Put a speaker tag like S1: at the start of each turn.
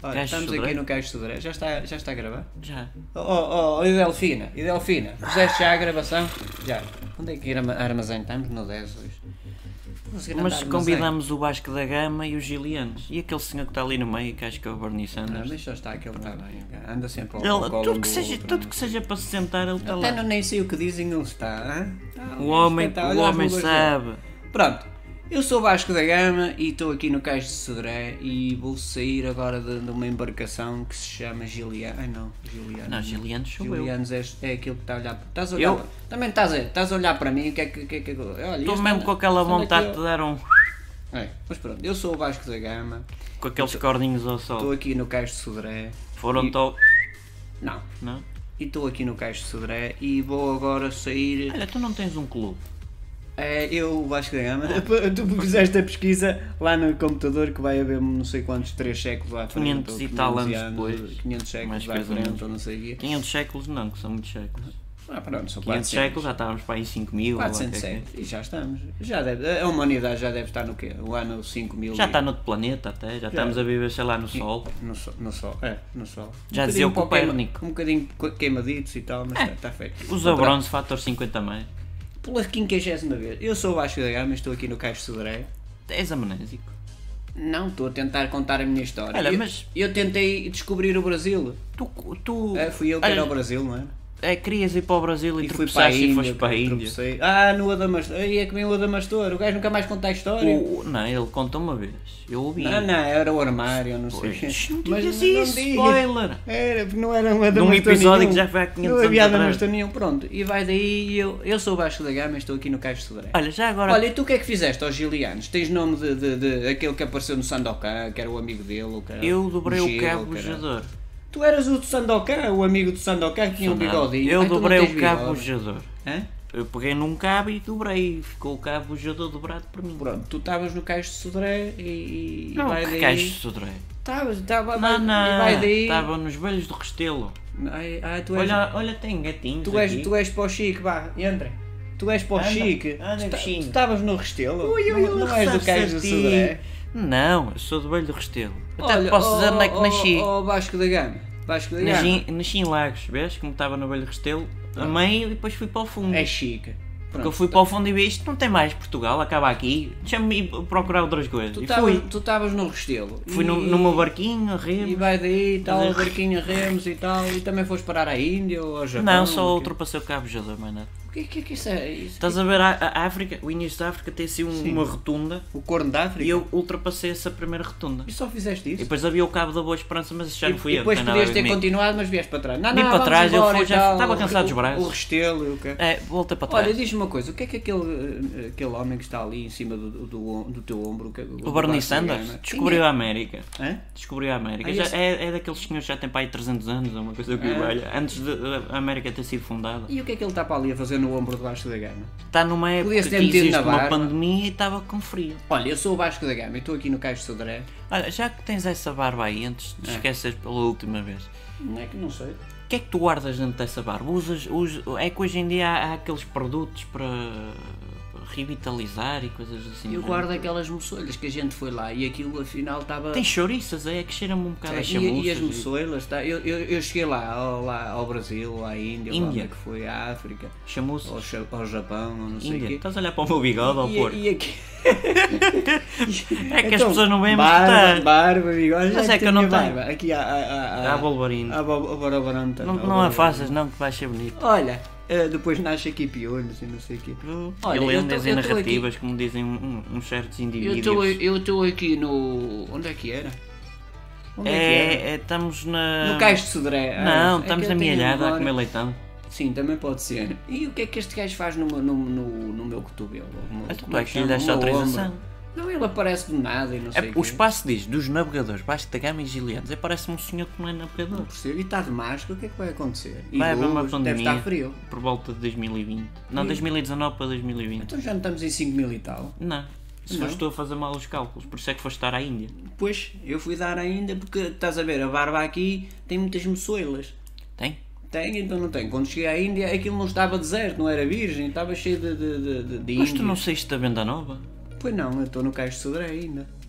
S1: Gajo
S2: Estamos
S1: Sodré?
S2: aqui no Caixa Sodré. Já está, já está a gravar?
S1: Já.
S2: Oh, oh, oh, e Delfina, e Delfina, puseste já a gravação? Já. Onde é que ir a armazém? Estamos no 10 hoje. Mas
S1: Mas convidamos o Vasco da Gama e os Gilianos. E aquele senhor que está ali no meio, que acho que é o Bernie
S2: Não,
S1: Sanders.
S2: deixa eu estar, que ele está bem. Anda sempre ao, ao
S1: Ele-
S2: colo
S1: tudo
S2: um
S1: que
S2: do
S1: seja,
S2: outro,
S1: tudo
S2: não é?
S1: que seja para se sentar, ele está
S2: Até
S1: lá.
S2: não nem sei o que dizem, ele está. hã? Ah,
S1: O homem,
S2: espetáculo,
S1: o
S2: olha as
S1: homem
S2: rugas
S1: sabe.
S2: dele. Pronto, eu sou o Vasco da Gama e estou aqui no Cais de Sodré e vou sair agora de, de uma embarcação que se chama Giliano. Ai não, Giliano.
S1: Não, Gilianos sou eu.
S2: Julianos é, é aquilo que está a olhar. Estás a olhar
S1: Eu?
S2: para- Também estás a, estás a olhar para mim. o Que é, que, que, é que, olha,
S1: Estou
S2: este
S1: mesmo
S2: anda-
S1: com aquela
S2: este anda
S1: vontade
S2: aqui,
S1: de dar um.
S2: ó. É, mas pronto, eu sou o Vasco da Gama,
S1: com aqueles cordinhos ao
S2: estou
S1: sol.
S2: aqui no Cais de Sodré.
S1: Foram tal.
S2: Não,
S1: Não?
S2: e estou aqui no Cais de Sodré e vou agora sair.
S1: Olha, tu não tens um clube.
S2: É, eu, o Vasco da Gama,
S1: Ah.
S2: tu fizeste a pesquisa lá no computador que vai haver não sei quantos, 3 séculos à frente.
S1: 500
S2: ou
S1: e tal anos
S2: 500
S1: depois.
S2: 500 séculos
S1: Mais
S2: à
S1: coisa
S2: frente,
S1: menos.
S2: ou não sei o quê.
S1: 500 séculos não, que são muitos séculos.
S2: Ah, pronto, são
S1: 500
S2: 400.
S1: séculos, já estávamos para aí 5 mil.
S2: 400 séculos. E já estamos. Já deve, a humanidade já deve estar no quê? O ano 5000.
S1: Já
S2: e-
S1: está noutro planeta até, já estamos a viver, sei lá, no Sol.
S2: No sol, no sol, é, no sol.
S1: Já
S2: um
S1: dizia o
S2: bocadinho para
S1: Copérnico. É,
S2: queima- Um bocadinho co- queimaditos e tal, mas está feito.
S1: Os Abrons fator 50 mais.
S2: Pela quinquagésima vez, eu sou o Vasco da Gama e estou aqui no Caixo de Sodré.
S1: És amnésico.
S2: Não, estou a tentar contar a minha história.
S1: Olha,
S2: eu,
S1: mas-
S2: eu tentei descobrir o Brasil.
S1: Tu. tu
S2: É, fui eu que era
S1: Olha,
S2: ao Brasil, não é?
S1: É, querias ir para o Brasil e,
S2: E fui para a
S1: tropeçaste e
S2: Índia.
S1: foste para a Índia.
S2: tropecei. Ah, no Adamastor. Aí é que vem o Adamastor. O gajo nunca mais conta a história.
S1: O- o- não, ele contou uma vez. Eu ouvi.
S2: Não, não, era o armário, não sei. o quê.
S1: Pois, não
S2: Mas
S1: digas
S2: não
S1: isso,
S2: diga.
S1: spoiler!
S2: Era, porque não era um Adamastor
S1: Num episódio
S2: nenhum.
S1: que já foi há 500
S2: Não havia
S1: anos atrás.
S2: Adamastor nenhum. Pronto, e vai daí eu, eu sou o Baixo da Gama e estou aqui no Caixo de Sodré.
S1: Olha, já agora.
S2: Olha, e tu o que é que fizeste aos Gilianos? Tens nome de, de, de aquele que apareceu no Sandokan, que era o amigo dele? ou que era
S1: eu dobrei
S2: Gil,
S1: o cabo
S2: que era-
S1: bujador.
S2: Tu eras o de Sandokan, o amigo do Sandokan que tinha um bigodinho.
S1: Eu
S2: Ai, tu não
S1: dobrei
S2: tens
S1: o cabo
S2: bigode.
S1: bujador.
S2: Hã?
S1: Eu peguei num cabo e dobrei. Ficou o cabo bujador dobrado para mim.
S2: Pronto, tu estavas no Caixo de Sodré e. e
S1: Não,
S2: vai
S1: que
S2: daí-
S1: gajo sodré.
S2: Estavas, estava.
S1: Não,
S2: E vai
S1: não.
S2: daí.
S1: Estava nos velhos do Restelo.
S2: Ai, ai, tu és
S1: Olha, olha, tem gatinhos.
S2: Tu és,
S1: aqui.
S2: tu és para o chique, vá, entra. Tu és para o
S1: Anda,
S2: chique.
S1: anda,
S2: Tu ta-
S1: bichinho.
S2: tu estavas no Restelo.
S1: Ui, ui,
S2: não,
S1: ele
S2: não és do
S1: sabe-se
S2: Cais do
S1: a ti.
S2: Sodré.
S1: Não, eu sou do velho do Restelo. Até te posso dizer onde é que nasci.
S2: Oh, Vasco da Gama. Vasco da Gama.
S1: Nasci, nasci em Lagos, vês? Como estava no velho Restelo, a meio e depois fui para o fundo.
S2: Ah. É chique.
S1: Porque eu
S2: Pronto.
S1: fui para o fundo e vi isto, não tem mais Portugal, acaba aqui. Deixa-me ir procurar outras coisas.
S2: Tu
S1: e
S2: tava-
S1: fui.
S2: Tu estavas no Restelo.
S1: Fui
S2: e,
S1: num, no meu barquinho, a
S2: E
S1: remo.
S2: vai daí, e tal,
S1: Mas-
S2: barquinho a remos e tal. E também foste parar à Índia ou ao Japão.
S1: Não, só
S2: ou quê?
S1: ultrapassei o cabo Jador, mais nada.
S2: O que, que é que isso é? Isso-
S1: Estás a ver a, a África, o início da África tem assim um- uma rotunda
S2: é O corno da África?
S1: e eu ultrapassei essa primeira rotunda.
S2: E só fizeste
S1: E
S2: isso?
S1: depois havia o cabo da Boa Esperança, mas isso já
S2: E
S1: não fui eu, não
S2: depois
S1: tem nada a
S2: podias
S1: ver
S2: ter
S1: comigo.
S2: continuado, mas vieste para trás. Não,
S1: Vim
S2: não,
S1: para
S2: vamos
S1: trás, eu
S2: embora
S1: fui-
S2: e
S1: já
S2: tal.
S1: estava cansado dos
S2: O-
S1: braços.
S2: O Restelo e o que.
S1: É, voltei para trás.
S2: Olha, diz-me uma coisa, o que é que aquele, eh, aquele homem que está ali em cima do, do, do, do teu ombro... que-
S1: o
S2: do
S1: Bernie
S2: Vasco da
S1: Sanders
S2: Gama,
S1: descobriu a América.
S2: quem é? Hã?
S1: Descobriu a América.
S2: Ah,
S1: Já-
S2: esse-
S1: é, é daqueles senhores que já tem para aí 300 anos, ou uma coisa que
S2: Ah.
S1: olha, antes de a América ter sido fundada.
S2: E o que é que ele está para ali a fazer no ombro do Vasco da Gama?
S1: Está numa época
S2: Podia-se
S1: que
S2: ter metido
S1: existe
S2: na
S1: uma
S2: barba.
S1: pandemia e estava com frio.
S2: Olha, eu sou o Vasco da Gama e estou aqui no Caixo de Sodré.
S1: Olha, já que tens essa barba aí, antes
S2: É.
S1: de esquecer pela última vez,
S2: Não é que não sei.
S1: o que é que tu guardas dentro dessa barba? Usas, usas- é que hoje em dia há, há aqueles produtos para para revitalizar e coisas assim.
S2: Eu
S1: do
S2: guardo aquelas moçoilas que a gente foi lá e aquilo afinal estava...
S1: género. Tem chouriças, é que cheira-me um bocado
S2: E, e
S1: a
S2: as
S1: chamuças. e-
S2: moçoilas, tá? eu, eu, eu cheguei lá ao, lá ao Brasil, à Índia, lá
S1: Índia.
S2: onde é que foi, à África,
S1: Chamuças.
S2: ao, Ja- ao Japão, ou não Oh, sei o
S1: Índia, tá,
S2: quê.
S1: estás a olhar para o meu bigode ou
S2: E-
S1: porco?
S2: e aqui...
S1: É que as pessoas não veem, tá? mas
S2: Então, barba,
S1: está.
S2: barba, bigode.
S1: Mas
S2: já
S1: é que eu não
S2: tinha
S1: tenho.
S2: barba. Aqui há. há- há-
S1: Há Wolverine.
S2: há bo- barbaranta,
S1: Não, não é
S2: barbaranta.
S1: afastas, não, que vais ser bonito.
S2: Olha, eh, depois nasce aqui piolhos e não sei o quê. Olha, eu tô-
S1: Lendas Hum, e
S2: eu tô aqui.
S1: narrativas, como dizem um- um- uns certos
S2: Eu
S1: indivíduos.
S2: estou eu estou aqui no. Onde é que era? Onde é, que era?
S1: É, é, estamos na.
S2: No Cais de Sodré. Ah,
S1: Não,
S2: é
S1: estamos
S2: que
S1: na
S2: eu tenho
S1: milhada a
S2: memória.
S1: comer leitão.
S2: Sim, também pode ser. E o que é que este gajo faz no, meu- no, no, no meu cotovelo? No,
S1: Ah, tu
S2: como
S1: é que
S2: chama?
S1: lhe deste
S2: No meu
S1: autorização?
S2: ombro. Não, ele aparece do nada e não sei
S1: É,
S2: o quê.
S1: o espaço diz dos navegadores Vasco da Gama e Gilianos. É, parece-me um senhor que não é navegador.
S2: Por ser- E está de máscara, o que é que vai acontecer? E
S1: Vai haver uma
S2: luvas, deve estar
S1: pandemia
S2: frio.
S1: por volta de 2020. Não, 2019 para 2020.
S2: Então já não estamos em 5 mil e tal.
S1: Não. Se foste tu a fazer mal os cálculos, por isso é que foste estar à Índia.
S2: Pois, eu fui dar ainda porque, estás a ver, a barba aqui tem muitas moçoilas.
S1: Tem?
S2: Tem, então não tem. Quando cheguei à Índia, aquilo não estava deserto, não era virgem, estava cheio de, de, de, de
S1: Mas tu
S2: índios.
S1: não saíste da venda nova?
S2: Pois não, eu estou no Cais de Sodré ainda.